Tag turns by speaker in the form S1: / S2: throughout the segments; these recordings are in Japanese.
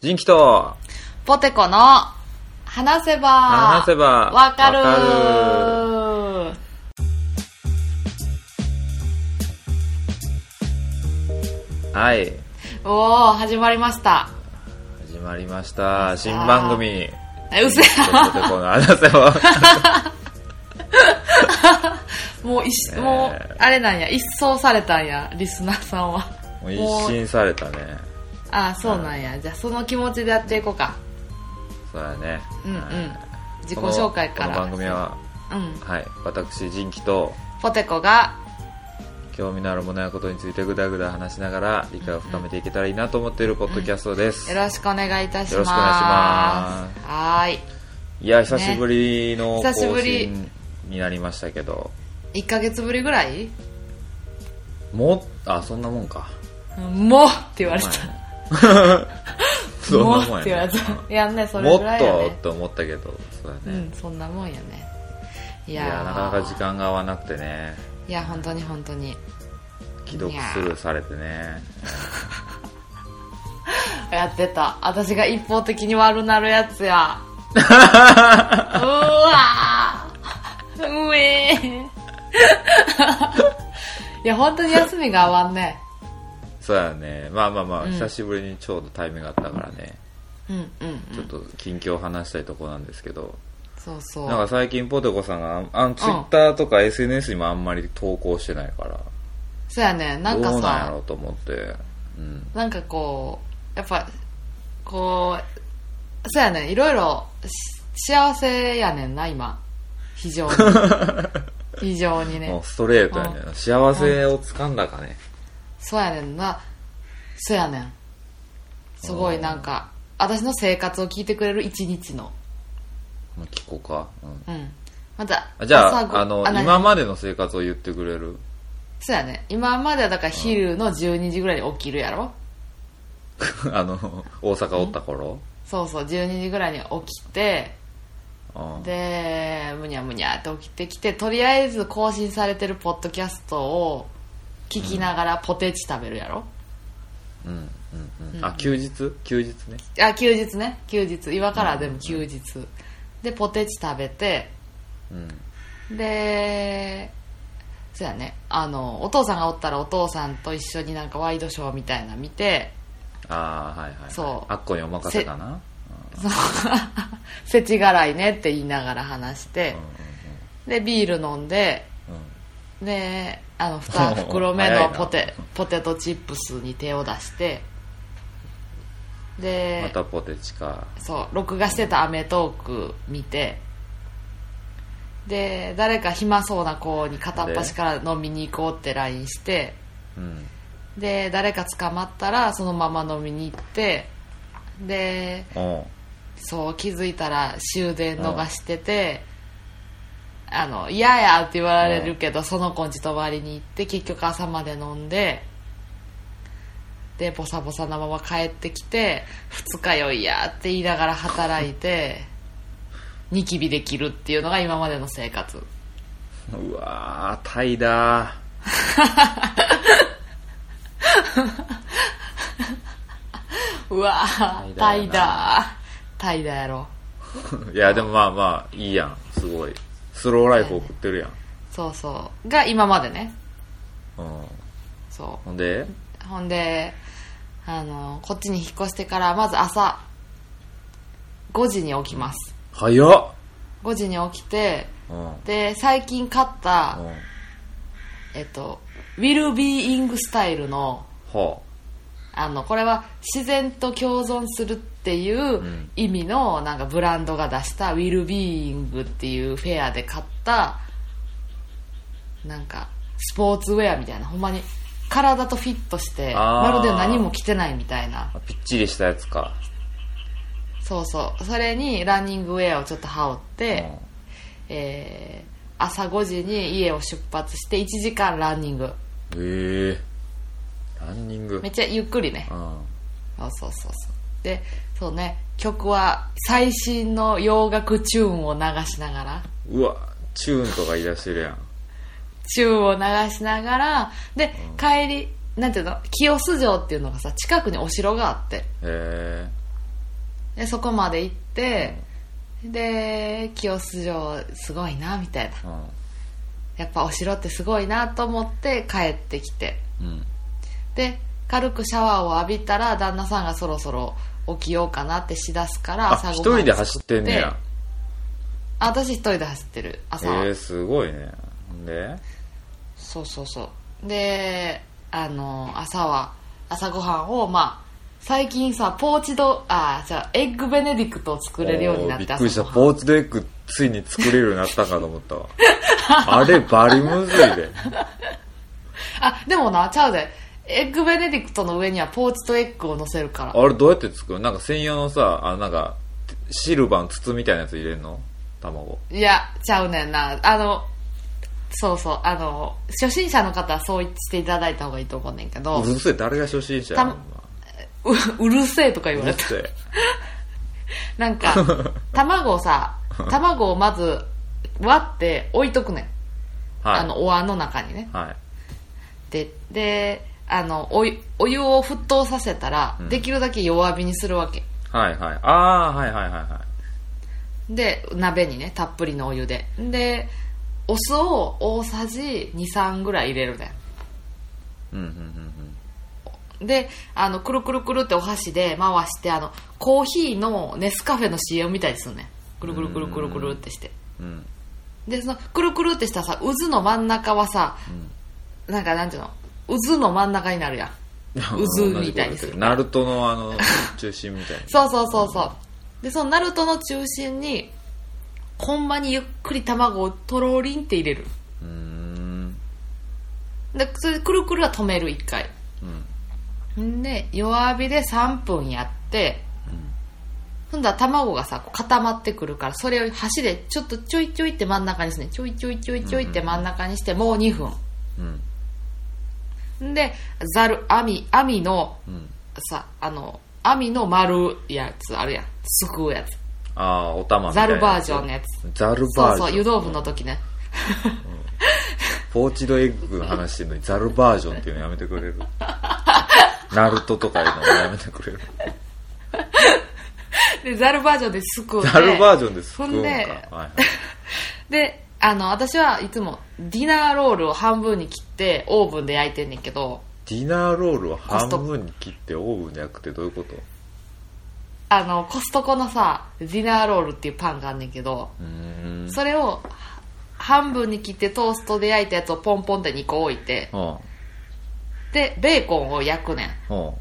S1: 人気と
S2: ポテコの話せば
S1: 話せば
S2: わかる
S1: わはい
S2: おお始まりました
S1: 始まりました新番組
S2: えうせ
S1: 「ポテコの話せば」
S2: もういし、
S1: えー
S2: もうあれなんや一掃されたんやリスナーさんは
S1: もう一新されたね
S2: ああそうなんやじゃあその気持ちでやっていこうか
S1: そうだね
S2: うんうん
S1: はい
S2: 自己紹介から
S1: このこの番組は
S2: うん
S1: はい私人気と
S2: ポテコが
S1: 興味のあるものやことについてぐだぐだ話しながら理解を深めていけたらいいなと思っているポッドキャストです、
S2: よろしくお願いいたします
S1: よろしくお願いします
S2: はーい
S1: いや久しぶりの
S2: ね
S1: 更
S2: 久しぶり
S1: 新になりましたけど、
S2: 1ヶ月ぶりぐらい
S1: もうあそんなもんか
S2: もうって言われた
S1: そん
S2: もう
S1: な
S2: っ
S1: もん
S2: て言
S1: や
S2: われ
S1: ね
S2: たいやねそ
S1: も
S2: れ
S1: っ
S2: ぐらいや
S1: と
S2: ね
S1: と思ったけどそう
S2: う
S1: だね、
S2: んそんなもんやねい
S1: い
S2: や
S1: や
S2: ー
S1: なかなか時間が合わなくてね
S2: いや本当に本当に
S1: 既読スルーされてね
S2: やってた私が一方的に悪なるや つやうーわーうえーいや本当に休みが合わんね
S1: そうだねまあまあまあ、
S2: うん
S1: 久しぶりにちょうどタイミングがあったからね
S2: うんうんうん
S1: ちょっと近況を話したいとこなんですけど、
S2: そうそう
S1: なんか最近ポテコさんがああのツイッターとか SNS にもあんまり投稿してないから、
S2: そうやねなんか
S1: どうなんや
S2: さ
S1: ろうと思って、うん、
S2: なんかこうやっぱこうそうやねいろいろし幸せやねんな今 非常に非常にね
S1: もうストレートやねんな幸せをつかんだかね
S2: そうやねんな。そうやねん。すごいなんか、私の生活を聞いてくれる一日の。
S1: もう聞こうか、うん
S2: うん。また
S1: あ、じゃ
S2: 朝ご
S1: ああの
S2: 何
S1: 今までの生活を言ってくれる
S2: そうやね。今まではだから昼の12時ぐらいに起きるやろ、
S1: あの、大阪おった頃
S2: そうそう、12時ぐらいに起きて、
S1: うん
S2: で、むにゃむにゃって起きてきて、とりあえず更新されてるポッドキャストを聞きながらポテチ食べるやろ、
S1: うんうんうんあ、休日休日ね。
S2: あ、休日ね。休日。今からでも休日。で、ポテチ食べて、
S1: うん。
S2: でそうやねあのお父さんがおったらお父さんと一緒になんかワイドショーみたいなの見て
S1: ああ、はいはいはい。
S2: そう
S1: あっこにお任せかな
S2: そう 世知辛いねって言いながら話して
S1: うん、
S2: でビール飲んで
S1: うんうん。
S2: であの2袋目
S1: 早
S2: の
S1: いな
S2: ポテポテトチップスに手を出して
S1: うんま
S2: で、
S1: たポテチか。
S2: そう録画してた『アメトーク』見てで誰か暇そうな子に片っ端から飲みに行こうって LINE して
S1: うん。
S2: で誰か捕まったらそのまま飲みに行ってで
S1: おう
S2: そう気づいたら終電逃してて「あの嫌や」って言われるけどその子んち泊まりに行って結局朝まで飲んででボサボサなまま帰ってきて「二日酔いや」って言いながら働いてニキビできるっていうのが今までの生活
S1: うわー、タイだー。
S2: うわータ
S1: 怠惰やな
S2: イだタイだやろ
S1: いや、でもまあまあ、いいやん。すごい。スローライフ送ってるやん。
S2: そうそうが今までね
S1: うん。
S2: そう
S1: ほんで
S2: ほんであのこっちに引っ越してからまず朝5時に起きます
S1: 早っ
S2: 5時に起きて
S1: うん。うん。
S2: で最近買った、えっと、ウィルビーイングスタイルの
S1: は
S2: あのこれは自然と共存するっていうん意味のなんかブランドが出したウィルビーイングっていうフェアで買ったなんかスポーツウェアみたいなほんまに体とフィットして
S1: あ
S2: ま
S1: ー
S2: るで何も着てないみたいな
S1: あ。ぴっちりしたやつか。
S2: そうそうそれにランニングウェアをちょっと羽織って、えー朝5時に家を出発して1時間ランニング
S1: うん。へえ。ランニング。
S2: めっちゃゆっくりね
S1: うん。
S2: そうそうそうそうでそうね曲は最新の洋楽チューンを流しながら
S1: うわ、チューンとか言い出してるやん。
S2: チューンを流しながらで帰りなんていうの清洲城っていうのがさ近くにお城があって
S1: へえ。
S2: でそこまで行って、で清洲城すごいなみたいなやっぱお城ってすごいなと思って帰ってきて
S1: うんうん
S2: で軽くシャワーを浴びたら旦那さんがそろそろ起きようかなってしだすから
S1: あ
S2: 朝
S1: 一
S2: ごはん
S1: 人で走ってんねや
S2: あ私一人で走ってる
S1: え
S2: 朝は、
S1: ー、すごいねで
S2: そうそうそうであの朝は朝ごはんをまあ最近さポーチドあじゃあエッグベネディクトを作れるようになって
S1: おーびっくりした
S2: 朝ご
S1: ポーチドエッグついに作れるようになったかと思った わあれバリむずいで
S2: はんあでもなちゃうでエッグベネディクトの上にはポーチドエッグを乗せるから
S1: あれどうやって作るなんか専用のさあのなんかシルバーの筒みたいなやつ入れるの卵
S2: いやちゃうねんなあのそうそうあの初心者の方はそうしていただいた方がいいと思うねんけど
S1: うるせえ誰が初心者や
S2: た
S1: ほんま
S2: ううるせえとか言わ
S1: う
S2: れ
S1: る
S2: た
S1: せえ
S2: なん か卵をさ卵をまず割って置いとくねん、
S1: はい
S2: あのお椀の中にね
S1: はい
S2: でであのお湯お湯を沸騰させたら、
S1: うん
S2: できるだけ弱火にするわけ
S1: はいはいああーはいはいはいは
S2: で鍋にねたっぷりのお湯ででお酢を大さじ23ぐらい入れるねん
S1: いうんうんうん
S2: であのくるくるくるってお箸で回してあのコーヒーのネスカフェの CM みたいですよねくるくるくるくるくるってして
S1: うんうん
S2: でそのくるくるってしたさ渦の真ん中はさ、なんかなんていうの渦の真ん中になるやん 渦みたいにする
S1: ナルトのあの中心みたいに
S2: そうそうそうそうでそのナルトの中心にほんまにゆっくり卵をとろりんって入れる
S1: うーん
S2: でそれでくるくるは止める一回
S1: うん
S2: んで弱火で3分やって、ほんだら卵がさこう固まってくるからそれを箸でちょっとちょいちょいって真ん中にするねちょいちょいちょいちょいって真ん中にしてもう2分
S1: うん
S2: んでざる網網の
S1: うん
S2: さあの網の丸いやつあるやんすくうやつ
S1: ああお玉みた
S2: ざ
S1: いな
S2: るバージョンのやつ
S1: ザル
S2: そ
S1: バー
S2: う
S1: ジ
S2: そう
S1: ョン
S2: 湯豆腐の時ね
S1: ポーチドエッグの話してるのにザルバージョンっていうのやめてくれ るナルトとかいうのやめてくれる
S2: でざるバージョンですくうて
S1: ザルバージョンですくうん
S2: ほ
S1: か、
S2: んで
S1: はい
S2: であの私はいつもディナーロールを半分に切ってオーブンで焼いてんねんけど
S1: ディナーロールを半分に切ってオーブンじゃなくてどういうこと
S2: あのコストコのさディナーロールっていうパンがあんねんけど
S1: うーん
S2: それをは半分に切ってトーストで焼いたやつをポンポンって2個置いて
S1: は
S2: でベーコンを焼くねん
S1: あは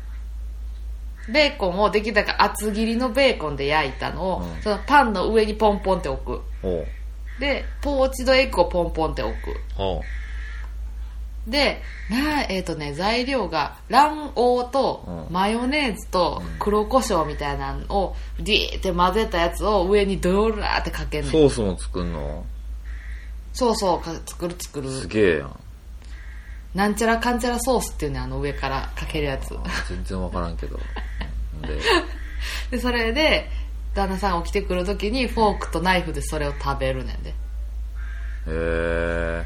S2: ベーコンをできたら厚切りのベーコンで焼いたのを、
S1: うん
S2: そのパンの上にポンポンって置く
S1: あは
S2: でポーチドエッグをポンポンって置く
S1: あは
S2: でなえっ、とね材料が卵黄と
S1: うん
S2: マヨネーズと黒胡椒みたいなのをディーって混ぜたやつを上にドヨラーってかけん
S1: あ
S2: ねん
S1: ソースも作んの
S2: そうそうか作る作る
S1: すげえやん
S2: なんちゃらかんちゃらソースっていうねあの上からかけるやつ
S1: 全然わからんけどで
S2: でそれで旦那さんが起きてくる時にフォークとナイフでそれを食べるねんで
S1: へえ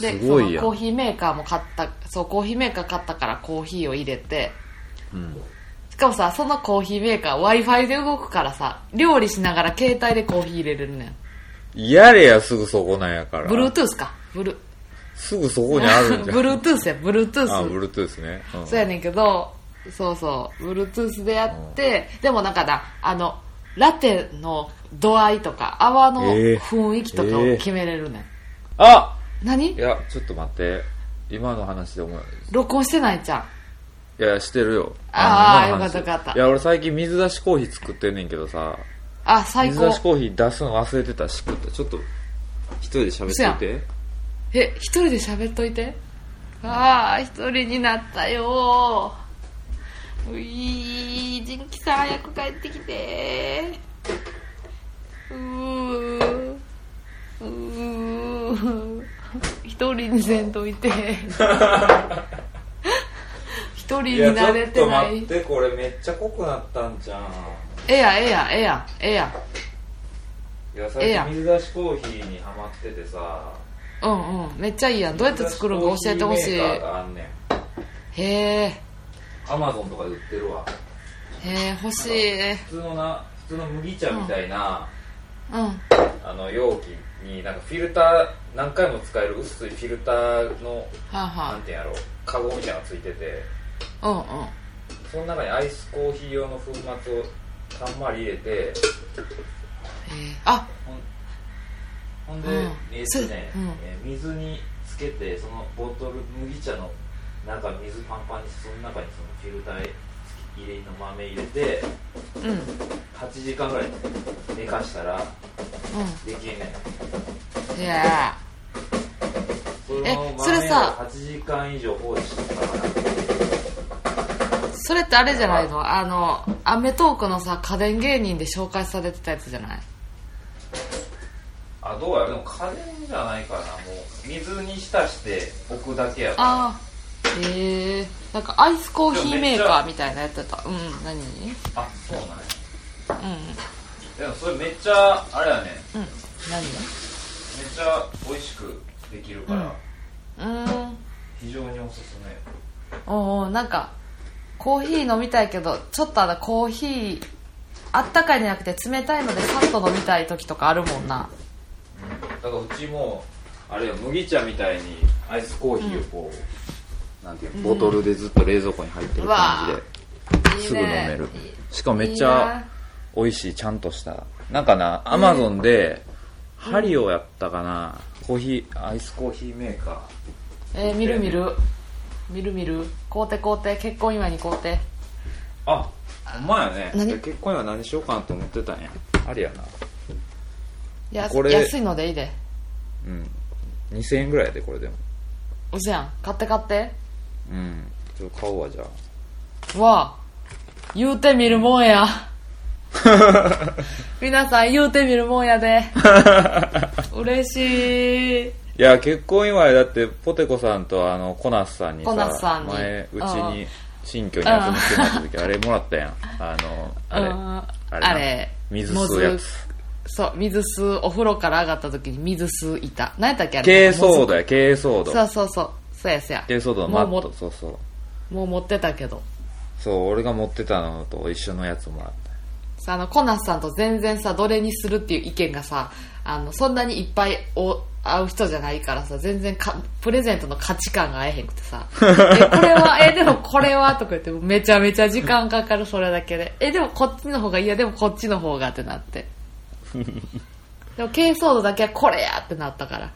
S2: です
S1: ごいやん
S2: そのコーヒーメーカーも買ったそうコーヒーメーカー買ったからコーヒーを入れて
S1: うん
S2: しかもさそのコーヒーメーカー w i f i で動くからさ料理しながら携帯でコーヒー入れれるねん
S1: やれやすぐそこなんやから
S2: Bluetooth かブル
S1: すぐそこにあるんじゃん
S2: Bluetooth や
S1: あ
S2: Bluetooth
S1: ブルートゥースね、うん
S2: そうやねんけどそうそう Bluetooth でやってでもなんかなあのラテの度合いとか泡の
S1: えー
S2: 雰囲気とか
S1: え
S2: を
S1: ー
S2: 決めれるねん、
S1: あ
S2: 何
S1: いやちょっと待って今の話で思い
S2: 録音してないじゃん
S1: いやしてるよ
S2: あー
S1: の今の話
S2: よかったよかった
S1: いや俺最近水出しコーヒー作ってんねんけどさ
S2: あ最
S1: 水出
S2: 高
S1: しコーヒー出すの忘れてたしくったちょっと一人で喋ってみて
S2: え一人で喋っといてああ一人になったよういージンキさん早く帰ってきてうーうー一人にせんといて一人になれてない
S1: てこれめっちゃ濃くなったんじゃん
S2: ええやんええやんええやんええや
S1: いや
S2: ええやん
S1: 水出しコーヒーにハマっててさ
S2: んうんうんめっちゃいいやんどうやって作るか教えてほしい
S1: 水出しコーヒーメーカー
S2: へ
S1: があんねんアマゾンとかで売ってるわ
S2: えへえ欲しい
S1: 普通のな普通の麦茶みたいな、
S2: うん
S1: あの容器になんかフィルター何回も使える薄いフィルターのな
S2: は
S1: ん
S2: は
S1: ていうんやろうカゴみたいなのがついてて
S2: うんうん
S1: その中にアイスコーヒー用の粉末をたんまり入れて
S2: えーあ
S1: ほんほんで、
S2: うん
S1: えーっ
S2: そ
S1: と
S2: う
S1: ね、
S2: うん
S1: えー水につけてそのボトル麦茶の中水パンパンにしてその中にそのフィルター入れの豆入れて
S2: うんうん
S1: 8時間ぐらい寝かしたらできんねん
S2: いや
S1: その
S2: え
S1: 豆を
S2: それさ
S1: 8時間以上放置してたから
S2: ーそれってあれじゃないのあの『アメトーーク』のさ家電芸人で紹介されてたやつじゃない
S1: あどうやでも家電じゃないかなもう水に浸して置くだけやから
S2: ああへえー、なんかアイスコーヒーメーカーみたいなやつやったうん何々
S1: あそうなんや
S2: うん
S1: でもそれめっちゃあれやね
S2: うん何
S1: めっちゃ美味しくできるから、
S2: うんうーん
S1: 非常におすすめ
S2: おうおうなんかコーヒー飲みたいけどちょっとあのコーヒーあったかいんじゃなくて冷たいのでさっと飲みたい時とかあるもんな
S1: だからうちもあれよ麦茶みたいにアイスコーヒーをこう、なんていうのボトルでずっと冷蔵庫に入ってる感じ
S2: うわ
S1: で、すぐ飲めるしかもめっち
S2: いい
S1: ゃ
S2: な
S1: 美味しいちゃんとしたなんかなアマゾンで、ハリオやったかな、コーヒーアイスコーヒーメーカー
S2: えー見る見る見る見る買うて買うて結婚祝いに買うて
S1: あほんまやね
S2: 何
S1: じゃあ結婚は何しようかなと思ってたんやありやな
S2: や
S1: これ
S2: 安いのでいいで
S1: うん2000円ぐらいやでこれでも
S2: うそやん買って買って
S1: うんちょっと買おうわじゃあ
S2: わあ言うてみるも んや皆さん言うてみるもん やで嬉しい
S1: いや結婚祝いだってポテコさんとあのコナスさんにさ
S2: コナスさんに
S1: 前うち
S2: う
S1: に新居に遊びに来てもらった時あれもらったやんあのあれ
S2: うん
S1: あれな
S2: あれ
S1: 水吸うや
S2: も
S1: つ
S2: ずそう水吸うお風呂から上がった時に水吸う板何やったっけあれ
S1: 軽ソーダや軽ソー
S2: そ
S1: ダ
S2: うそうそうそうやそうや
S1: 軽ソードのマッ
S2: もう
S1: ト
S2: も
S1: そうそう
S2: もう持ってたけど
S1: そう俺が持ってたのと一緒のやつもらっ
S2: さあのコナスさんと全然さどれにするっていう意見がさあのそんなにいっぱいお会う人じゃないからさ全然かプレゼントの価値観が合えへんくてさえこれはえでもこれはとか言ってめちゃめちゃ時間かかるそれだけでえでもこっちの方がいいやでもこっちの方がってなってでも軽装度だけはこれやってなったから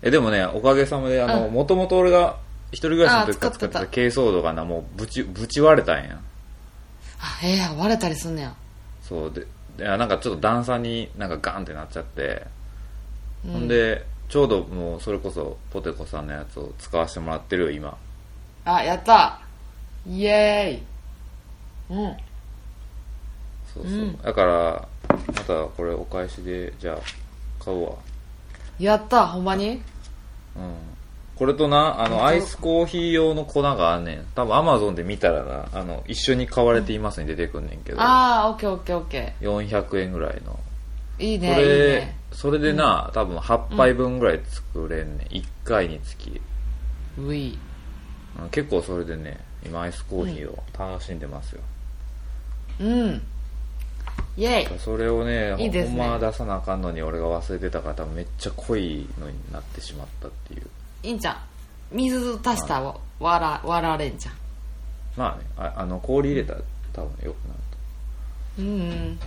S1: えでもねおかげさまであの
S2: うん
S1: もともと俺が一人暮らしの時から
S2: あー
S1: 使
S2: 使
S1: っ
S2: っててた
S1: た軽装度がなもうぶちぶち割れたんや
S2: あええやん割れたりすんねや
S1: そうででなんかちょっと段差になんかガンってなっちゃって、ほんでちょうどもうそれこそポテコさんのやつを使わせてもらってるよ今
S2: あやったイエーイうん
S1: そうそう、だからまたこれお返しでじゃあ買うわ
S2: やったほんまに
S1: うんこれとなあの
S2: 本当
S1: アイスコーヒー用の粉があんねん多分アマゾンで見たらなあの一緒に買われていますに出てくんねんけど
S2: ああオッケーオッケーオッケー
S1: 400円ぐらいの
S2: いい
S1: そ
S2: ね、いい
S1: れ
S2: ね。
S1: それでな、多分8杯分ぐらい作れんねん1回につき、
S2: うい。
S1: うん結構それでね今アイスコーヒーを楽しんでますよ、
S2: うん。イェイ。
S1: それをね
S2: いいですね
S1: ほんまは出さなあかんのに俺が忘れてたから多分めっちゃ濃いのになってしまったっていう
S2: いいんちゃん。水足したら割ら割られんじゃ
S1: まあねああの氷入れたら多分よくなると
S2: ん。うんうん。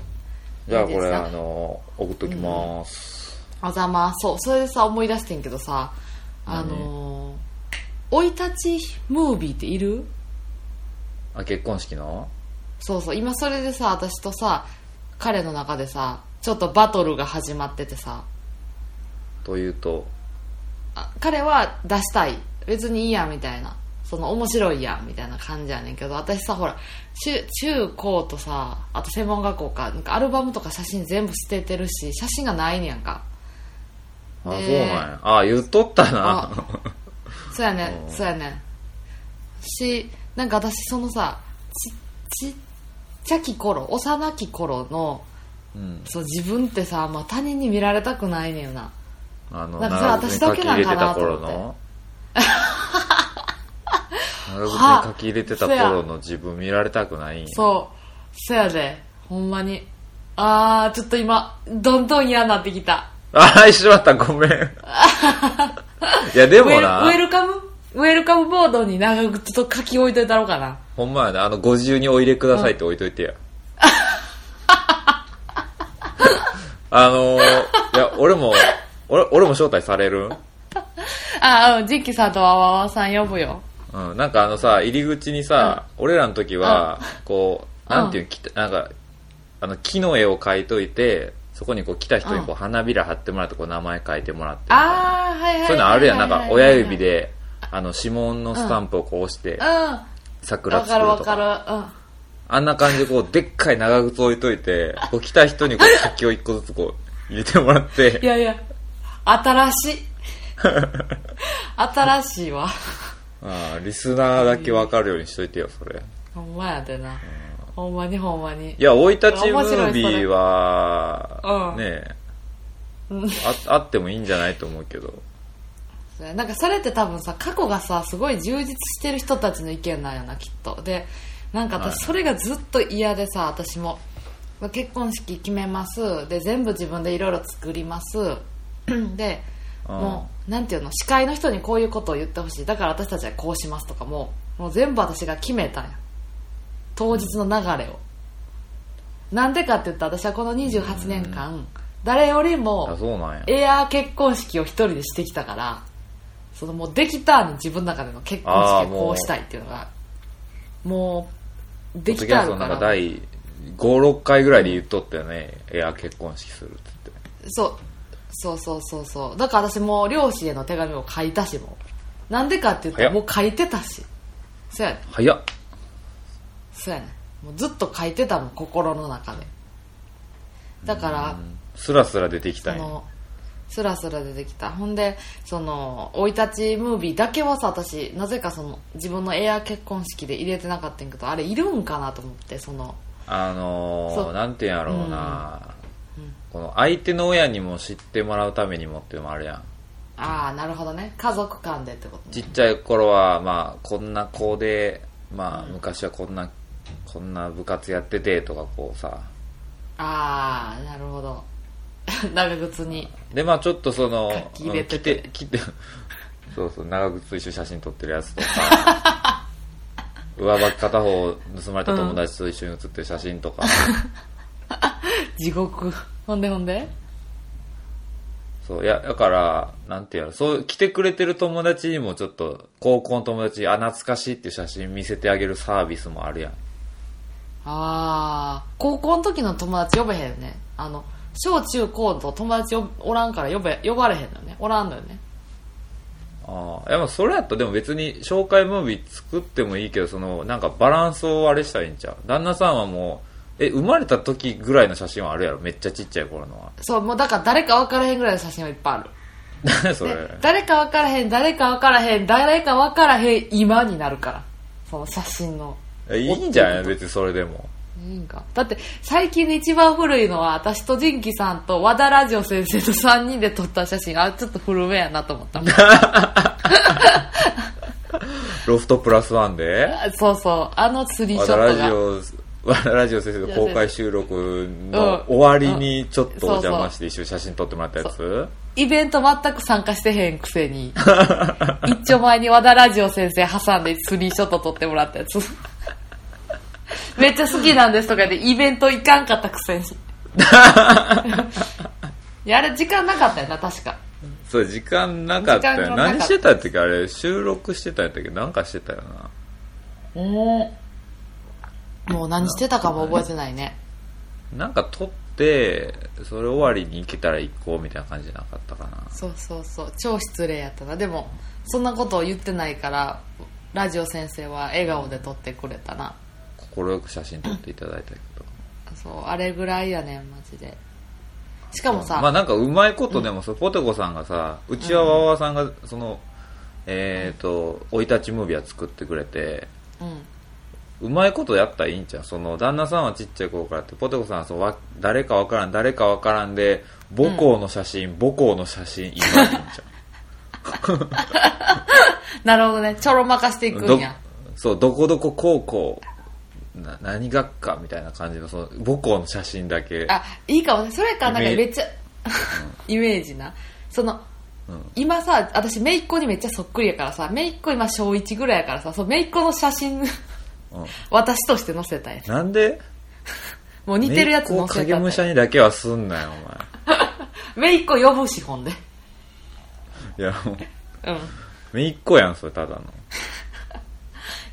S1: じゃあ
S2: いい
S1: こ
S2: で
S1: れ
S2: すか
S1: あの送っときます、
S2: あざま、そう。それでさ、思い出してんけどさ、あのー、生い立ちムービーっている
S1: あ結婚式の
S2: そうそう。今それでさ、私とさ、彼の中でさ、ちょっとバトルが始まっててさ、
S1: というと
S2: あ彼は出したい別にいいやみたいなその面白いやみたいな感じやねんけど私さほら中中高とさあと専門学校かなんかアルバムとか写真全部捨ててるし写真がないねやんか
S1: あ、
S2: えー
S1: そうなんやあ言っとったな
S2: あそうやねんそうやねんしなんか私そのさちちっちゃき頃幼き頃の
S1: うん
S2: そう自分ってさ、まあ、他人に見られたくないねんよな
S1: あの
S2: なんかさ
S1: 奈良
S2: 私
S1: に
S2: だ
S1: 書き
S2: け
S1: 入
S2: なん
S1: れて
S2: か
S1: た
S2: なと
S1: 頃
S2: 思って
S1: の 奈良に書き入れてた頃の自分見られたくないんや
S2: そそやでほんまにああちょっと今どんどん嫌になってきた
S1: ああ、しまった、ごめ ん。いや、で
S2: ウェ
S1: も
S2: ルウェ
S1: な、
S2: ルカムウェルカムボードに長くちょっと書き置いといたろうかな
S1: ほんまやな、あの、ご自由にお入れくださいって置いといてや。あのー、いや、俺も、俺、俺も招待される
S2: ああうんジッキさんとワワワさん呼ぶよ
S1: うん、なんかあのさ、入り口にさ、俺らの時は、こう、なんていう、きたなんか、あの、木の絵を描いといて、そこにこう来た人にこう花びら貼ってもらって、こう名前書いてもらってみたいな。
S2: ああはいはいはいはいはい
S1: そういうのあるやん、なんか親指で、あの、指紋のスタンプをこう押して
S2: うん、わ
S1: 桜
S2: か
S1: 作
S2: る
S1: る
S2: わ
S1: と
S2: か
S1: か。
S2: るうん
S1: あんな感じでこう、でっかい長靴置いといて、こう来た人にこう、先を一個ずつこう、入れてもらっ
S2: い
S1: て、
S2: やいや、新し い。新しいわ。
S1: あーリスナーだけわかるようにしといてよ、それ。
S2: ほんまやでな。ほんまにほんまに
S1: い。や、生い立ちムービーは、
S2: 面
S1: ねあ、あってもいいんじゃないと思うけど。
S2: なんかそれって多分さ、過去がさ、すごい充実してる人たちの意見なんやな、きっと。で、なんか
S1: はい
S2: 私、それがずっと嫌でさ、私も。結婚式決めます。で、全部自分でいろいろ作ります。 で、
S1: うん
S2: もう、なんていうの、司会の人にこういうことを言ってほしい。だから私たちはこうしますとかも、もう全部私が決めたんや。当日の流れを。なんでかって言ったら私はこの28年間、誰より
S1: あ、
S2: も
S1: そうなんや。
S2: エアー結婚式を一人でしてきたから、そのもうできたの自分の中での結婚
S1: あー
S2: 式
S1: も
S2: を
S1: う
S2: こうしたいっていうのが、もう、で
S1: ポッド
S2: き
S1: キャ
S2: た
S1: スト
S2: の
S1: な
S2: か。
S1: んから第5、6回ぐらいで言っとったよね。エア結婚式するっつって。
S2: そう、そうそうそうそう。だから私もう両親への手紙を書いたしもう、なんでかって言ったら
S1: 早
S2: も
S1: っ
S2: う書いてたし。そうやね。
S1: 早っ。
S2: そうやねもうずっと書いてたもん心の中でだから
S1: スラスラ出てきた
S2: そ
S1: んや。
S2: のスラスラ出てきたほんでその生い立ちムービーだけはさ私なぜかその自分のエア結婚式で入れてなかったんやけどあれいるんかなと思ってその
S1: あの
S2: そ
S1: ー、
S2: う
S1: なんていうんやろうな、この相手の親にも知ってもらうためにもっていうのもあるやん。
S2: ああなるほどね家族間でってこと
S1: ち
S2: ね
S1: っちゃい頃は、まあ、こんな子で、まあ、昔はこんな、こんな部活やっててとかこうさ、
S2: ああなるほど 長靴に
S1: でまあちょっとその
S2: 書き入れてて
S1: うん来て来 てそうそう長靴と一緒に写真撮ってるやつとか 上履き片方盗まれた友達と一緒に写ってる写真とか、
S2: 地獄ほんでほんで
S1: そういやだからなんていうのそう来てくれてる友達にもちょっと高校の友達あ懐かしいっていう写真見せてあげるサービスもあるやん
S2: ああ高校の時の友達呼べへんよねあの小中高と友達おおらんから呼べ呼ばれへんのよねおらんのよね
S1: ああいやまあそれやったらでも別に紹介ムービー作ってもいいけどそのなんかバランスをあれしたらいいんちゃう旦那さんはもうえ生まれた時ぐらいの写真はあるやろめっちゃちっちゃい頃のは
S2: そうもうだから誰か分からへんぐらいの写真はいっぱいある
S1: 何 それ
S2: で誰か分からへん誰か分からへん誰か分からへん今になるからその写真の
S1: えいいんじゃない別にそれでも。
S2: いいんかだって最近で一番古いのは私と仁キさんと和田ラジオ先生と3人で撮った写真あちょっと古めやなと 思ったもん
S1: ロフトプラスワンで、
S2: あそうそうあのスリーショ
S1: 和
S2: ット
S1: 田
S2: が
S1: ラジオ、和田ラジオ先生の公開収録の
S2: うん
S1: 終わりにちょっとお
S2: そうそう
S1: 邪魔して一緒に写真撮ってもらったやつ
S2: イベント全く参加してへんくせに、一丁前に和田ラジオ先生挟んでスリーショット撮ってもらったやつ。めっちゃ好きなんですとかでイベント行かんかったくせに。いや、あれ時間なかったよな、確か。
S1: そう、時間なかった
S2: 時
S1: よ。
S2: 間がなかった
S1: 何してたってか、あれ、収録してたんやったっけなんかしてたよな。
S2: もう、もう何してたかも覚えてないね。
S1: なんか撮って、それ終わりに行けたら行こうみたいな感じじゃなかったかな。
S2: そうそうそう、超失礼やったな。でも、そんなことを言ってないから、ラジオ先生は笑顔で撮ってくれたな。
S1: 心よく写真撮っていただいたけど。
S2: そう、あれぐらいやねん、マジで。しかもさ、
S1: まあなんかうまいことでもさ、ポテコさんがさうちはわわわさんがそのえっ、と生い立ちムービーは作ってくれて
S2: うん、
S1: うまいことやったらいいんちゃうその旦那さんはちっちゃい頃からってポテコさんはそうわ誰かわからん誰かわからんで母校の写真、母校の写真今でいいんちゃ
S2: なるほどねちょろまかしていうくんや
S1: どそうどこどこ高校な何学科みたいな感じのその母校の写真だけ
S2: あいいかもねそれかなんか
S1: イメ
S2: めっちゃイメージなその、
S1: うん
S2: 今さ私姪っ子にめっちゃそっくりやからさ姪っ子今小1ぐらいやからさその姪っ子の写真
S1: うん
S2: 私として載せたい
S1: なんで
S2: もう似てるやつ載せ
S1: 姪っ子を影武
S2: た
S1: 者
S2: い
S1: にだけはすんなよ
S2: 姪っ子呼ぶしほんで
S1: お前いやもう
S2: うんい
S1: 姪っ子やんそれただの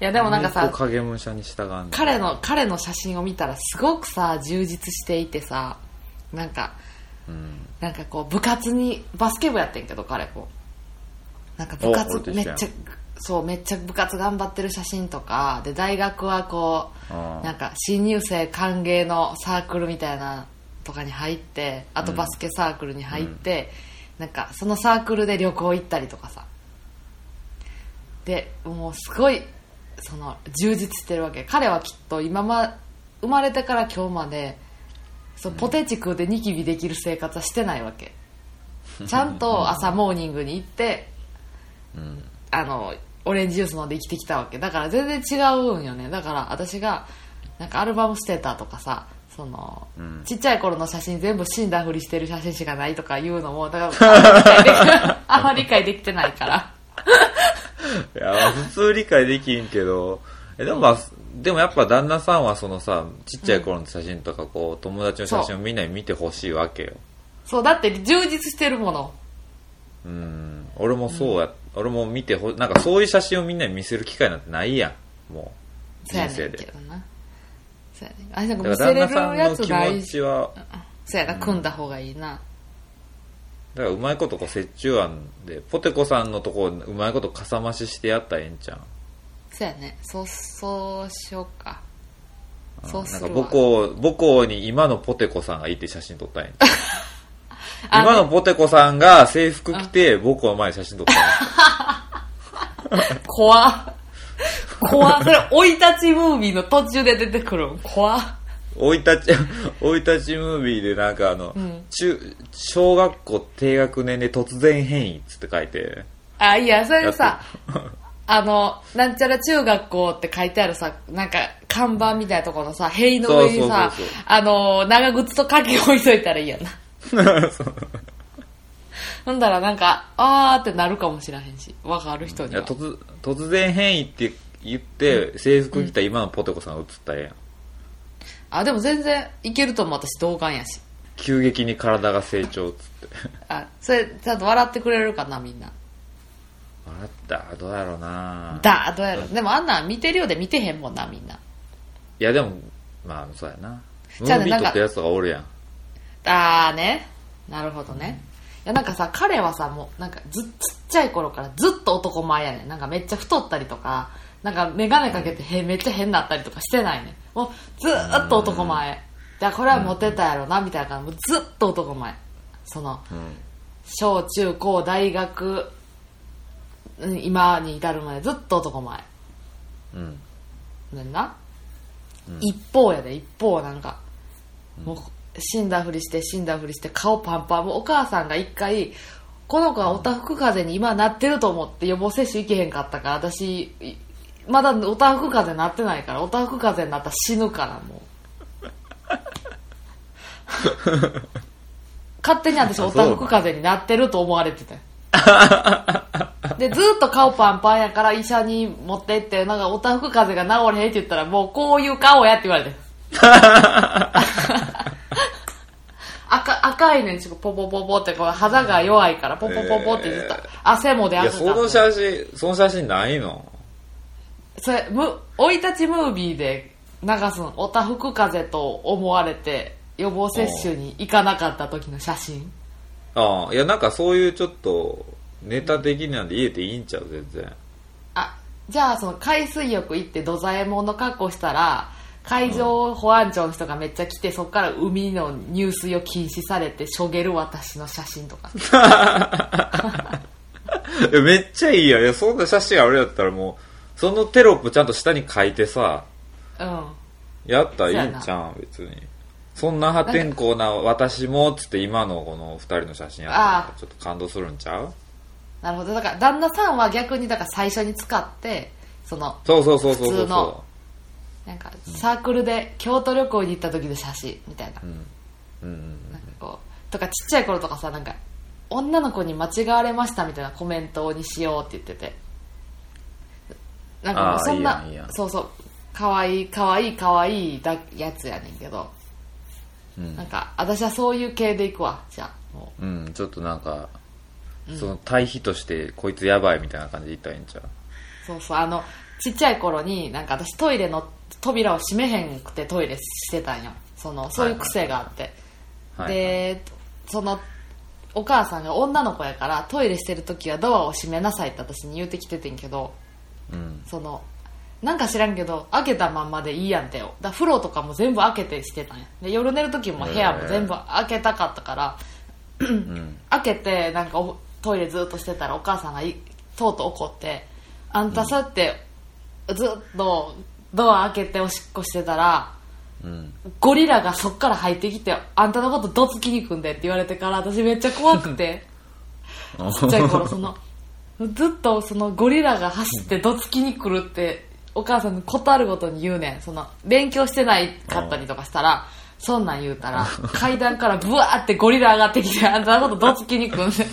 S2: やでもなんか
S1: 姪っ
S2: さ
S1: 子影武者に従うんだ
S2: 彼の彼の写真を見たらすごくさ充実していてさなんか
S1: うん
S2: なんかこう部活にバスケ部やってんけど彼こうなんか部
S1: お
S2: 活
S1: 俺と一
S2: めっ
S1: 緒やん
S2: ちゃそうめっちゃ部活頑張ってる写真とかで大学はこ
S1: ああ
S2: うなんか新入生歓迎のサークルみたいなとかに入ってあと
S1: うん
S2: バスケサークルに入って、なんかそのサークルで旅行行ったりとかさでもうすごいその充実してるわけ彼はきっと今ま生まれてから今日までそうポテチ食うでニキビできる生活はしてないわけちゃんと朝モーニングに行って
S1: うん
S2: あのオレンジジュース飲んで生きてきたわけだから全然違うんよねだから私がなんかアルバム捨てたとかさその、
S1: うん
S2: ちっちゃい頃の写真全部死んだふりしてる写真しかないとか言うのもだ からあんまり理解できあんまり理解できてないから
S1: いや、普通理解できんけど、えでもまあ、でもやっぱ旦那さんはそのさ、ちっちゃい頃の写真とか、こう、友達の写真をみんなに見てほしいわけよ。
S2: そうだって充実してるもの
S1: うん。俺もそうや、俺も見てほ、なんかそういう写真をみんなに見せる機会なんてないやん。もう、
S2: そう
S1: 人生
S2: やねんけ
S1: で。
S2: どなそうやねんあれなんか見
S1: だ
S2: せ
S1: から
S2: れ
S1: 旦那
S2: る
S1: さん
S2: や
S1: の
S2: つ
S1: 気
S2: ない
S1: 持
S2: し
S1: ちは、
S2: そうやな組んだ方がいいな、
S1: だからうまいことこう折衷案で、ポテコさんのとこうまいことかさ増ししてやったらええんちゃん。
S2: そうやねそうそうしようかそ
S1: な
S2: う
S1: ん
S2: す
S1: か
S2: る
S1: 母
S2: わ
S1: 校、母校に今のポテコさんがいて写真撮ったんやん。
S2: あ
S1: 今のポテコさんが制服着て僕の前で写真撮った の
S2: 怖っ怖っそれ生い立ちムービーの途中で出てくるん怖っ
S1: 生い立ち 生い立ちムービーでなんかあの、
S2: ん
S1: 中小学校低学年で突然変異っつって書いて
S2: あいやそれさ
S1: やってる
S2: あのなんちゃら中学校って書いてあるさなんか看板みたいなところのさ塀の上にさ
S1: そうそうそうそう
S2: あの長靴と鍵置いといたらいいやなほんだらなんかあーってなるかもしらへんしわかる人
S1: い
S2: に
S1: や
S2: は
S1: 突突然変異って言って制服着た今のポテコさんが写ったらええやん
S2: あでも全然いけると思う私同感やし
S1: 急激に体が成長っつって
S2: あそれちゃんと笑ってくれるかなみんな
S1: 笑ったどうやろうな
S2: だどうやろでもあんなん見てるようで見てへんもんなみんない
S1: やでもまあそうやなム
S2: じゃ
S1: ー
S2: あね
S1: ビ
S2: な
S1: ー
S2: ん
S1: 撮
S2: か
S1: ったやつがおるやん
S2: あーねなるほどねいやなんかさ彼はさもうなんかずちっちゃい頃からずっと男前やねんなんかめっちゃ太ったりとかなんか眼鏡かけてへめっちゃ変なったりとかしてないねんもうずーっと男前だからこれはモテたやろなみたいな感じもうずっと男前その
S1: うん
S2: 小中高大学うん今に至るまでずっと男前
S1: うん
S2: ねんな、一方やで一方なんか、もう死んだふりして死んだふりして顔パンパンもうお母さんが一回この子はおたふく風邪に今なってると思って予防接種行けへんかったから私いまだおたふく風邪なってないからおたふく風邪になったら死ぬからもう勝手に私おたふく風邪になってると思われてたよで、ずっと顔パンパンやから医者に持ってって、なんかおたふく風邪が治れへんって言ったら、もうこういう顔やって言われて。赤赤いねん、ちょっとポポポポって、こう肌が弱いから、ポポポポってずっと
S1: えー
S2: 汗も出
S1: いや
S2: 赤
S1: そ
S2: か
S1: の
S2: った。
S1: 写真その写真ないの
S2: それ、む、生い立ちムービーで流すの、おたふく風邪と思われて、予防接種に行かなかった時の写真。
S1: ああ、いや、なんかそういうちょっと、ネタ的なんで言えていいんちゃう全然。
S2: あじゃあその海水浴行って土左衛門の格好したら海上保安庁の人がめっちゃ来て、そこから海の入水を禁止されてしょげる私の写真とか
S1: いや、めっちゃいいやん。いや、そんな写真あれだったらもう、そのテロップちゃんと下に書いてさ、
S2: うん
S1: やったらいいんちゃうん、別に。そんな破天荒な私も、つって今のこの二人の写真やった
S2: あ
S1: ら、ちょっと感動するんちゃう
S2: なるほどだから旦那さんは逆にだから最初に使ってその
S1: そうそうそうそうそう
S2: 普通の
S1: そ
S2: なんかサークルで京都旅行に行った時の写真みたいな,、
S1: うんうん
S2: なんかこうとかちっちゃい頃とかさなんか女の子に間違われましたみたいなコメントにしようって言っててなんかもう
S1: あー
S2: そんな
S1: いやん
S2: い
S1: いいやん
S2: そうそうかわいいかわいいかわいいだやつやねんけど、
S1: うん
S2: なんか私はそういう系でいくわじゃあも
S1: うん、ちょっとなんか、その対比としてこいつやばいみたいな感じで言ったらいいんちゃう
S2: うそうそうあのちっちゃい頃になんか私トイレの扉を閉めへんくてトイレしてたんよそのそういう癖があって、
S1: はい
S2: でそのお母さんが女の子やからトイレしてる時はドアを閉めなさいって私に言うてきててんけど
S1: うん
S2: そのなんか知らんけど開けたまんまでいいやんてよだから風呂とかも全部開けてしてたんやで夜寝る時も部屋も全部開けたかったから、
S1: うん
S2: 開けてなんかおトイレずっとしてたらお母さんがいとうとう怒って「あんたさってずっとドア開けておしっこしてたら
S1: うん
S2: ゴリラがそっから入ってきてあんたのことどつきに行くんでって言われてから私めっちゃ怖くてちっちゃい頃そのずっとそのゴリラが走ってどつきに来るってお母さんにことあるごとに言うねんその勉強してないかったりとかしたらそんなん言うたら階段からブワーってゴリラ上がってきてあんたのことどつきに来るんで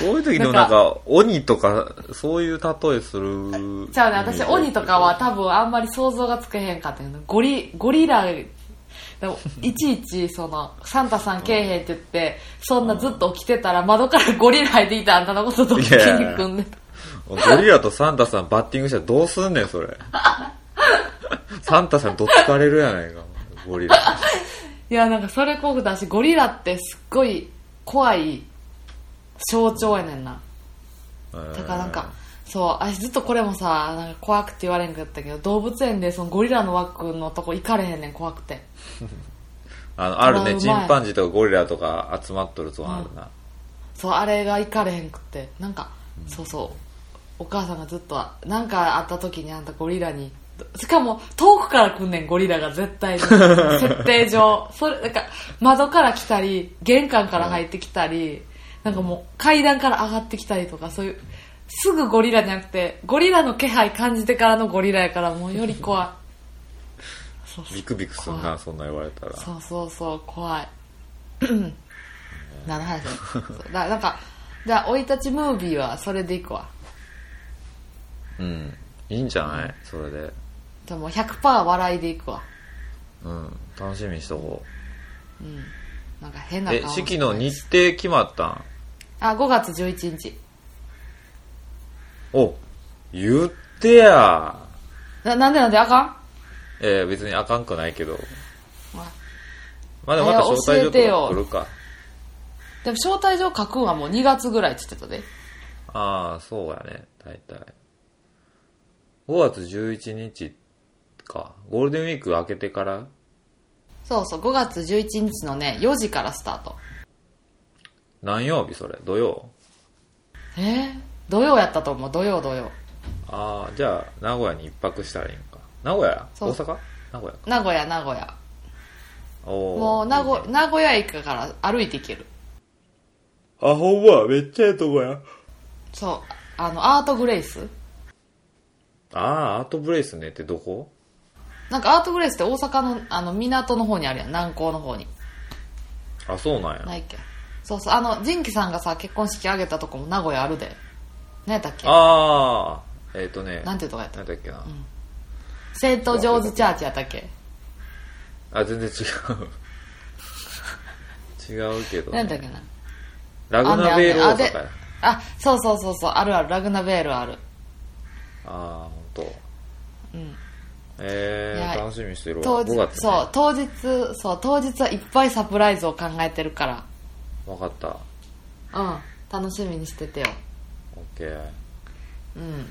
S1: そういう時でもなんか鬼とかそういう例えする
S2: じゃあね私鬼とかは多分あんまり想像がつけへんかったけどゴリゴリラで もいちいちそのサンタさんけえへんって言ってそんなずっと起きてたら窓からゴリラ入ってきたあんたのことドッキリに組んで
S1: ゴリラとサンタさんバッティングしたらどうすんねんそ れサンタさんどつかれるやないかゴリラ
S2: いやなんかそれ怖くて私ゴリラってすっごい怖い象徴やねんなだからなんか、そう、私ずっとこれもさ、なんか怖くて言われんかったけど、動物園でそのゴリラの枠のとこ行かれへんねん、怖くて。
S1: あのある
S2: う
S1: ね
S2: まい
S1: チンパンジーとかゴリラとか集まっとるゾーンあるな、
S2: そう、あれが行かれへんくって。なんか、そうそう、お母さんがずっと、なんかあった時にあんたゴリラに、しかも遠くから来んねん、ゴリラが絶 対に。設定上。それ、なんか、窓から来たり、玄関から入ってきたり、なんかもう階段から上がってきたりとか、そういう、すぐゴリラじゃなくて、ゴリラの気配感じてからのゴリラやから、もうより怖 い。そうそう
S1: ビクビクすん
S2: 怖
S1: なそんな言われたら
S2: そうそうそう怖い 何の話だそうだなんかじゃあ生い立ちムービーはそれでいくわ
S1: うんいいんじゃないそれで
S2: じゃあもう100%笑いでいくわ
S1: うん楽しみにしとこ
S2: なんか変
S1: う
S2: な
S1: え
S2: 顔
S1: 式の日程決まったん
S2: あ5月11日
S1: お言ってや
S2: ななんでなんであかん
S1: えー、別にあかんくないけど
S2: ほら
S1: まあでもまた招待
S2: えー教えて
S1: 状とか
S2: よ
S1: 来るか
S2: でも招待状書くんはもう2月ぐらいって言ってたで
S1: ああそうやね大体5月11日かゴールデンウィーク明けてから
S2: そうそう5月11日のね4時からスタート
S1: 何曜日それ土曜
S2: えー、土曜やったと思う土曜土曜
S1: ああじゃあ名古屋に一泊したらいいんか名古屋
S2: そう
S1: 大阪名古屋か
S2: 名古屋名古屋
S1: おー
S2: もう名
S1: いい
S2: 古
S1: ね
S2: 名古屋駅から歩いて行ける
S1: あほんまやめっちゃええとこや
S2: そうあのアートグレイス
S1: ああアートブレイスねってどこ
S2: なんかアートグレイスって大阪のあの港の方にあるやん南港の方に
S1: あそうなん
S2: な
S1: や
S2: いっけそうそうあの仁キさんがさ結婚式挙げたとこも名古屋あるで何やったっけ
S1: ああえっ、とね
S2: なんていうとこやった
S1: なんだっけな、
S2: 聖闘ジョーズチャーチやったっけ
S1: あ全然違う違うけど、ね、
S2: 何やったっけな
S1: ラグナベール
S2: あ
S1: 大
S2: んねんあんねん
S1: 阪や
S2: あそうそうそうそうあるあるラグナベールある
S1: ああ本当。
S2: うん
S1: え
S2: い
S1: ー、
S2: や
S1: 楽しみにしてる
S2: 当
S1: わ
S2: 日
S1: 5月、ね、
S2: そう当日そう当日はいっぱいサプライズを考えてるか
S1: 分かった
S2: らうん楽しみにしててよ
S1: OK
S2: うん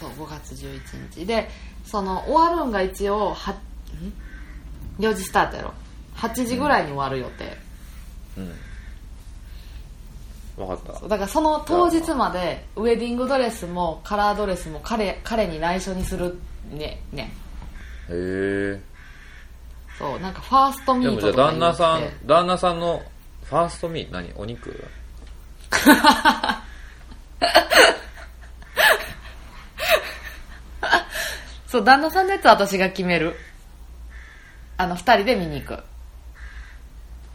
S2: そう5月11日でその終わるんが一応はん4時スタートやろ8時ぐらいに終わる予定、
S1: うん分かった
S2: そうだからその当日までウェディングドレスもカラードレスも彼彼に内緒にするねね
S1: へえ
S2: そうなんかファーストミ
S1: で
S2: ー
S1: もじゃ
S2: ト
S1: あ
S2: と
S1: 旦
S2: か
S1: 那さ
S2: 言って
S1: ん旦那さんのファーストミー何お肉
S2: そう旦那さんのやつは私が決めるあの二人で見に行く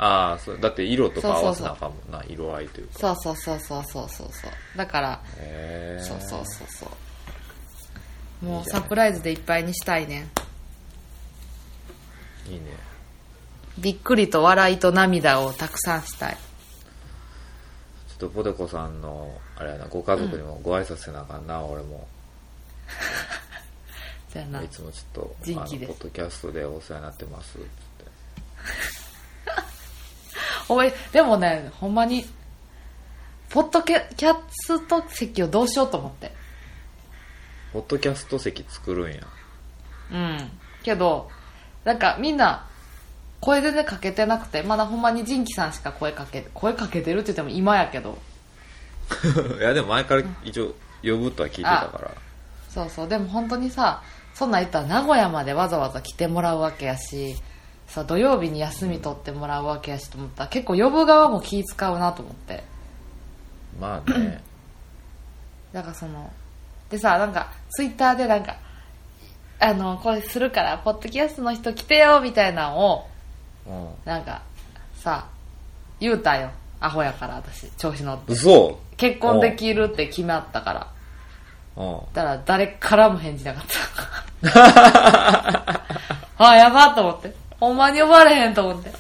S1: ああそうだって色とか合わせなあかんもんな色合いというか
S2: そうそうそうそうそうそうそうだから
S1: へえ
S2: そうそうそうそう
S1: い
S2: も
S1: いうじゃん
S2: サプライズでいっぱいにしたいねん
S1: いいね
S2: びっくりと笑いと涙をたくさんしたい
S1: ちょっとポテコさんのあれやなご家族にもご挨拶せなあかんな、俺も
S2: じゃあない
S1: つもちょっと
S2: 人
S1: あの
S2: 気です
S1: ポッドキャストでお世話になってますっつって
S2: おいでもねほんまにポッドキャキャッツと席をどうしようと思って
S1: ポッドキャスト席作 るんや
S2: うんけどなんかみんな声全然かけてなくてまだほんまにジンキさんしか声かけ声かけてるって言っても今やけど
S1: いやでも前から一応呼ぶとは聞いてたから
S2: そうそうでも本当にさそんなん言ったら名古屋までわざわざ来てもらうわけやしさ土曜日に休み取ってもらうわけやしと思ったら結構呼ぶ側も気使うなと思って
S1: まあね
S2: だからそのでさなんかツイッターでなんかあのこれするからポッドキャストの人来てよみたいなのを
S1: うん
S2: なんかさ言うたよアホやから私調子乗って
S1: 嘘
S2: 結婚できるって決まったから
S1: うん
S2: だから誰からも返事なかった あやばと思ってほんまに呼ばれへんと思って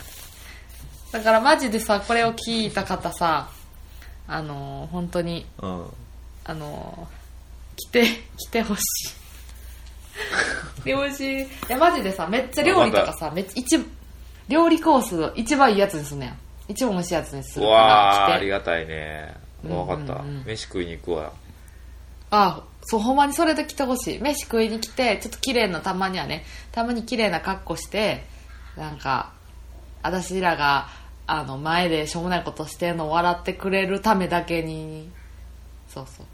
S2: だからマジでさこれを聞いた方さあのー本当に
S1: うん
S2: あのー来て来てほしい来てほしいいやマジでさめっちゃ料理とかさめっちゃ一料理コース一番いいやつにすんねん一番美味しいやつにす
S1: う
S2: るから
S1: わあ
S2: 来て
S1: ありがたいね分かった、
S2: うんうんうん
S1: 飯食いに行くわ
S2: あそうほんまにそれで来てほしい飯食いに来てちょっと綺麗なたまにはねたまに綺麗な格好してなんか私らがあの前でしょうもないことしてんのを笑ってくれるためだけにそうそう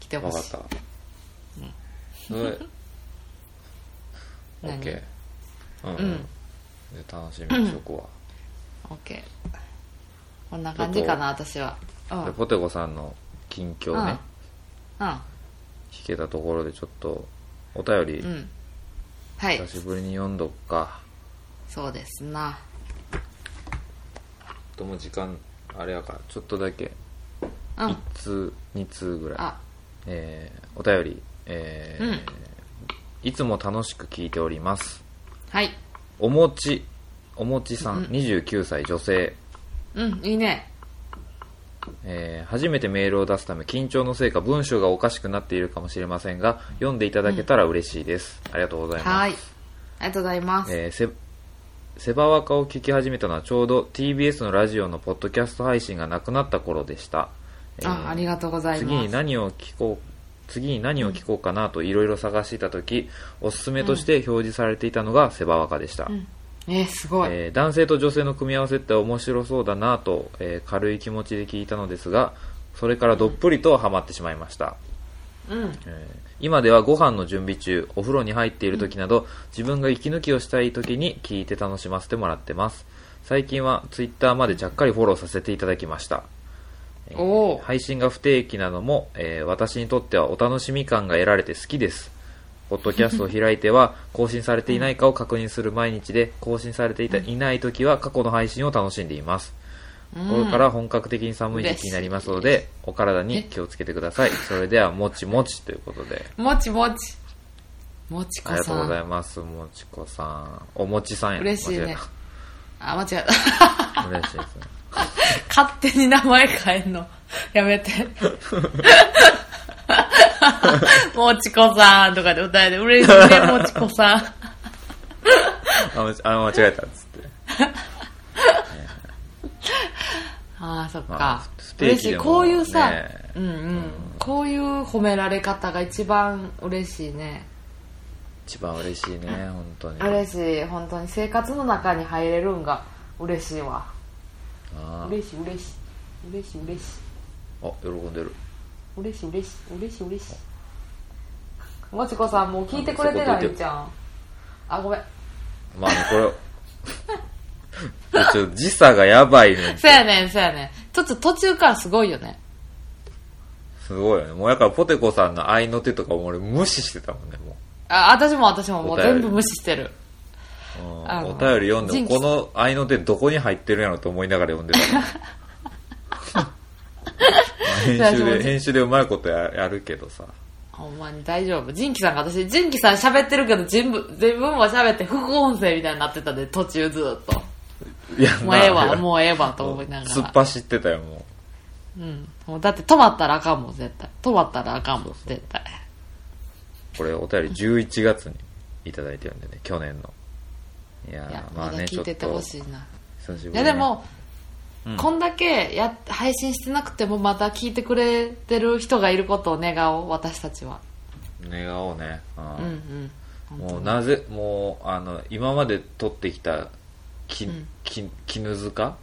S2: 来てほ
S1: 分か
S2: し
S1: っ
S2: い
S1: たそれオ
S2: 何
S1: ッケーうん、うん、で楽しみにしとこわ、
S2: オッケーこんな感じかな私はうんう
S1: で
S2: ん
S1: ポテコさんの近況ね、
S2: うん
S1: 聞けたところでちょっとお便り、
S2: うんはい
S1: 久しぶりに読んどくか
S2: そうですな
S1: とも時間あれやからちょっとだけ
S2: うん
S1: 1通2通ぐらい
S2: あ
S1: えーお便り、えー
S2: うん
S1: いつも楽しく聞いております
S2: はい
S1: おもちおもちさん、29歳女性、
S2: うんいいね
S1: えー初めてメールを出すため緊張のせいか文章がおかしくなっているかもしれませんが読んでいただけたら嬉しいです、ありがとうございます
S2: はいありがとうございます
S1: えーセセバワカを聞き始めたのはちょうど TBS のラジオのポッドキャスト配信がなくなった頃でした、えー
S2: あありがとうござい
S1: 次
S2: ま
S1: に
S2: す
S1: 何を聞こう次に何を聞こうかなといろいろ探していた時おすすめとして表示されていたのがセバワカでした、
S2: えーすごい
S1: えー男性と女性の組み合わせって面白そうだなと、えー軽い気持ちで聞いたのですがそれからどっぷりとハマってしまいました、
S2: うん
S1: えー今ではご飯の準備中お風呂に入っている時など、自分が息抜きをしたい時に聞いて楽しませてもらってます最近はツイッターまでちゃっかりフォローさせていただきました、えー
S2: おー
S1: 配信が不定期なのも、えー私にとってはお楽しみ感が得られて好きですポッドキャストを開いて は更新されていないかを確認する毎日で更新されていたいない時は過去の配信を楽しんでいますこれから本格的に寒い時期になりますので、お体に気をつけてください。それでは、もちもちということで、
S2: もちもちもち
S1: あ
S2: こ
S1: りがとう
S2: さ
S1: ござい
S2: ん
S1: ます、もちこさん。おもちさんや
S2: 嬉しいねあ間
S1: 間違
S2: 違え
S1: えた嬉しいですね。
S2: た 勝手に名前変えんの や めてもちこさんとかで歌えて嬉しいねもちこ さん
S1: あ、もちあ間違えたっつって。
S2: ああそっ
S1: まあ
S2: か
S1: 不定
S2: 嬉
S1: 期
S2: し
S1: で
S2: い
S1: も
S2: こういうさ、
S1: ね
S2: うんうんこういう褒められ方が一番嬉しいね
S1: 一番嬉しいね、本当に。
S2: 嬉しい本当に生活の中に入れるんが嬉しいわ
S1: あー
S2: 嬉しい嬉しい嬉しい嬉しい
S1: あ、喜んでる。
S2: 嬉しい嬉しい嬉しい嬉しいもちこさんもう聞いてくれてないじゃんあごめん
S1: まあ、これ、 ちょっと時差がやばいね。
S2: そうやねんそうやねんちょっと途中からすごいよね
S1: すごいよね。もうやから、ポテコさんの合いの手とかも俺無視してたもんね、もう。
S2: あ私も私もも
S1: お
S2: う
S1: 便り
S2: 全部無視してる
S1: うん
S2: あの
S1: お便り読んで
S2: ジン
S1: も
S2: キス
S1: この愛の手どこに入ってるんやろと思いながら読んで たから編集
S2: 私も
S1: で編集でうまいことややるけどさ
S2: ほんまに大丈夫ジンキさんが私ジンキさん喋ってるけど全部自分も喋って副音声みたいになってたで途中ずっと
S1: いや
S2: もうええわ
S1: な
S2: もうええわと思いなが
S1: 突っ
S2: ら、
S1: 走ってたよも
S2: うん、もうだって止まったらあかんもん絶対止まったらあかんもん絶対
S1: うこれお便り11月にいただいてるんでね去年のいや
S2: いや
S1: ーま
S2: ま
S1: あ
S2: だ
S1: ねち
S2: 聞
S1: ょ
S2: い
S1: っと
S2: ててほしい
S1: 久
S2: な、
S1: しぶり
S2: いやで
S1: に
S2: も、
S1: うん
S2: こんだけや配信してなくてもまた聞いてくれてる人がいることを願おう私たちは
S1: 願おうね、うん
S2: うんうん本当に
S1: もうなぜもうあの今まで取ってきたき、き絹塚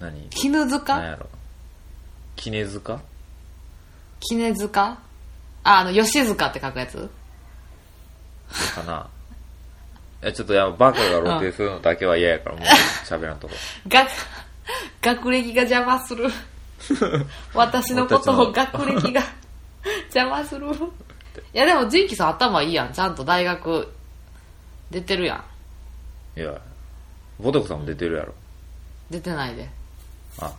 S1: 何
S2: 絹
S1: 何
S2: 塚
S1: やろ絹塚
S2: 絹塚ああの吉塚って書くやつ
S1: かないやちょっとやバカが露呈するのだけは嫌やからもう喋らんとこ
S2: 学 学歴が邪魔 する私のことを
S1: 私
S2: 学 歴が邪魔するいやでもジンキさん頭いいやんちゃんと大学出てるやん
S1: いやボテコさんも出てるやろ
S2: 出てないで
S1: あ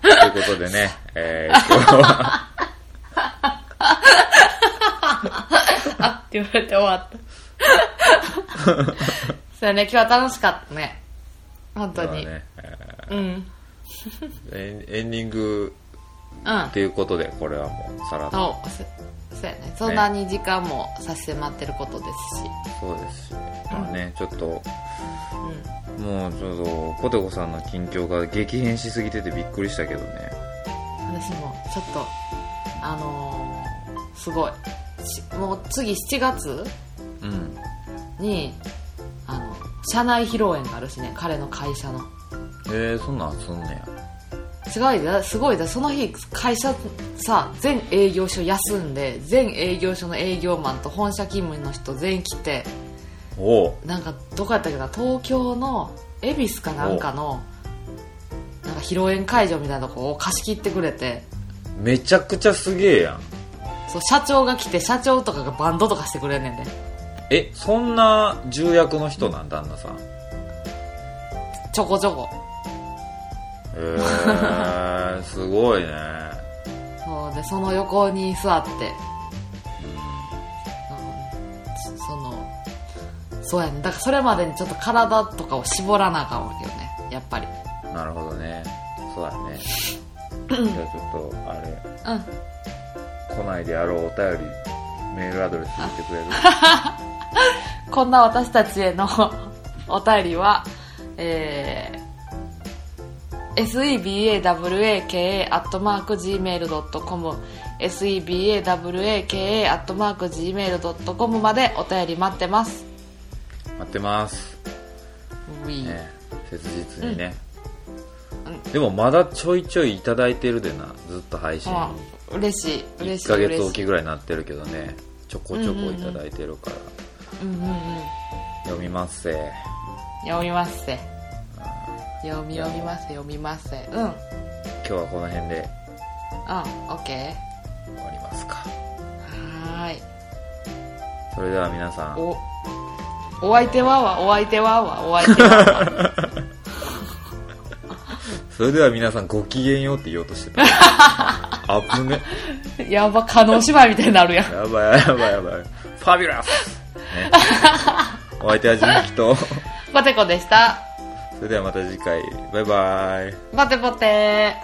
S1: ということでね、えー、今日は
S2: あって言われて終わった。 それね、今日は楽しかったね。本当に。
S1: ね、
S2: うん。うん。
S1: えーエンエンディング
S2: あ
S1: ということでこれはもうさらっと
S2: そそうやね。そんなに時間も差し迫ってることですし。
S1: そうですし、まあねちょっともうちょっとポテコさんの近況が激変しすぎててびっくりしたけどね
S2: うん。私も、ちょっと、あのーすごい。しもう次7月
S1: うん
S2: に、あの、社内披露宴があるしね、彼の会社の。
S1: えー、そんなんすんねや
S2: すごいだすごいだその日会社さ全営業所休んで全営業所の営業マンと本社勤務の人全員来て
S1: おお
S2: なんかどこやったっけな東京の恵比寿かなんかのなんか披露宴会場みたいなとこを貸し切ってくれて
S1: めちゃくちゃすげえやん
S2: そう社長が来て社長とかがバンドとかしてくれんねんで
S1: えそんな重役の人なん旦那さんへ
S2: ちょこちょこ
S1: えー、 すごいね
S2: そうでその横に座って、うんそのそうやねだからそれまでにちょっと体とかを絞らなあかんわけよねやっぱり
S1: なるほどねそうだねじゃあちょっとあれ
S2: うん
S1: 来ないであろうお便りメールアドレス言ってくれる
S2: こんな私たちへの お便りは、えー、sebawaka.gmail.com sebawaka.gmail.com までお便り待ってます。
S1: 待ってます
S2: うい
S1: ね、切実にね、でもまだちょいちょいいただいてるでなずっと配信
S2: あ嬉しい、嬉し
S1: 1
S2: い。
S1: ヶ月お
S2: 嬉し
S1: き
S2: い。
S1: ぐらいになってるけどねちょこちょこいただいてるから、
S2: うんうんうん。
S1: 読みますせ
S2: 読みますせ。読み読みます読みますせ。うん。うん。オ
S1: 今日はこの辺で
S2: ッケ
S1: 終わりますか
S2: ー。はーい。
S1: それでは皆さん
S2: お、お相手はは、お相手はは、お相手 はは。
S1: それでは皆さんごきげんようって言おうと してたあぶね
S2: やば、可能姉妹みたいになるやん。
S1: やばいやばいやばいファビュラス、ね、お相手は純喜と
S2: ポテコでした。
S1: それではまた次回バイバイ
S2: ポテポテ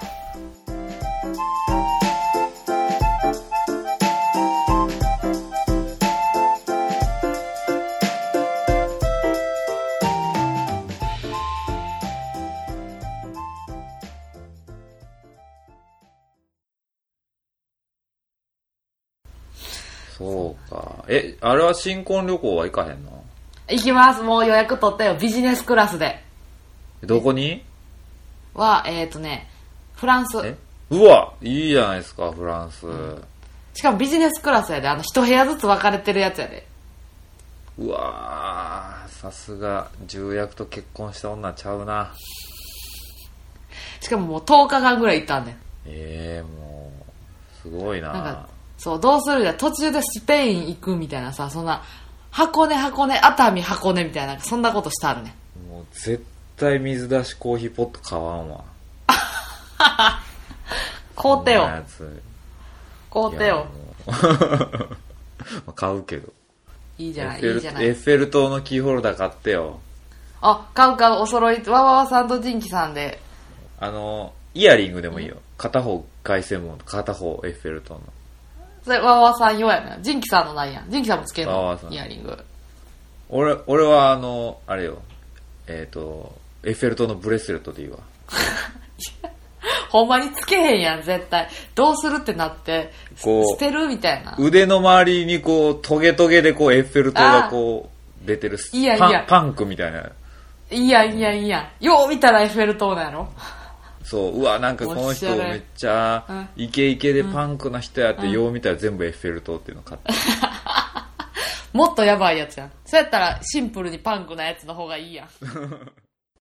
S1: そうかえあれは新婚旅行は行かへんの
S2: 行きます。もう予約取ったよ。ビジネスクラスで。
S1: どこに
S2: は、えっ、ー、とね、フランス。
S1: えうわいいじゃないですかフランス、う
S2: しかもビジネスクラスやで。あの、一部屋ずつ分かれてるやつやで。
S1: わーさすが重役と結婚した女ちゃうな
S2: しかももう10日間ぐらい行ったんねん。
S1: ええもうすごいな
S2: なんかそう、どうするじゃん途中でスペイン行くみたいなさ、そんな、箱根箱根、熱海箱根みたいな、そんなことしたあるね。
S1: もう絶対水出しコーヒーポット買わんわ
S2: 工程
S1: こ
S2: を
S1: んな、やつ
S2: 工
S1: いや
S2: 程を
S1: も。 う買うけど
S2: いいじ
S1: エ
S2: ゃ
S1: ッ
S2: ない、
S1: フェ
S2: いい
S1: ル
S2: じ
S1: エ
S2: ゃない
S1: ッ。フェル塔のキーホルダー買ってよ
S2: あ、買う買う、お揃い、わわわさんとジンキさんで。
S1: あのイヤリングでもいいよ片方凱旋門片方エッフェル塔の
S2: それ、わわわさん用やな。ジンキさんのないやん。ジンキさんもつける
S1: わわわ
S2: の
S1: さん
S2: イヤリング。
S1: 俺俺はあのあれよえっ、とエッフェル塔のブレスレットでいいわ
S2: ほんまにつけへんやん、絶対。どうするってなって、す
S1: こう
S2: 捨てるみたいな。
S1: 腕の周りにこうトゲトゲでこうエッフェル塔がこう出てる
S2: いやい
S1: パン
S2: や
S1: パンクみたいない
S2: いやいやいや。よう見たらエッフェル塔なんやろ。
S1: そううわなんかこの人
S2: おしゃれ
S1: めっちゃイケイケでパンクな人やって、よう見たら全部エッフェル塔っていうの買って
S2: もっとやばいやつやん。そうやったらシンプルにパンクなやつの方がいいやん。